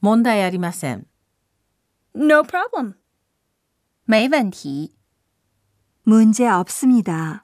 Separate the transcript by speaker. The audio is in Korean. Speaker 1: 問題ありません。
Speaker 2: No problem.
Speaker 3: 没问题。
Speaker 4: 문제 없습니다.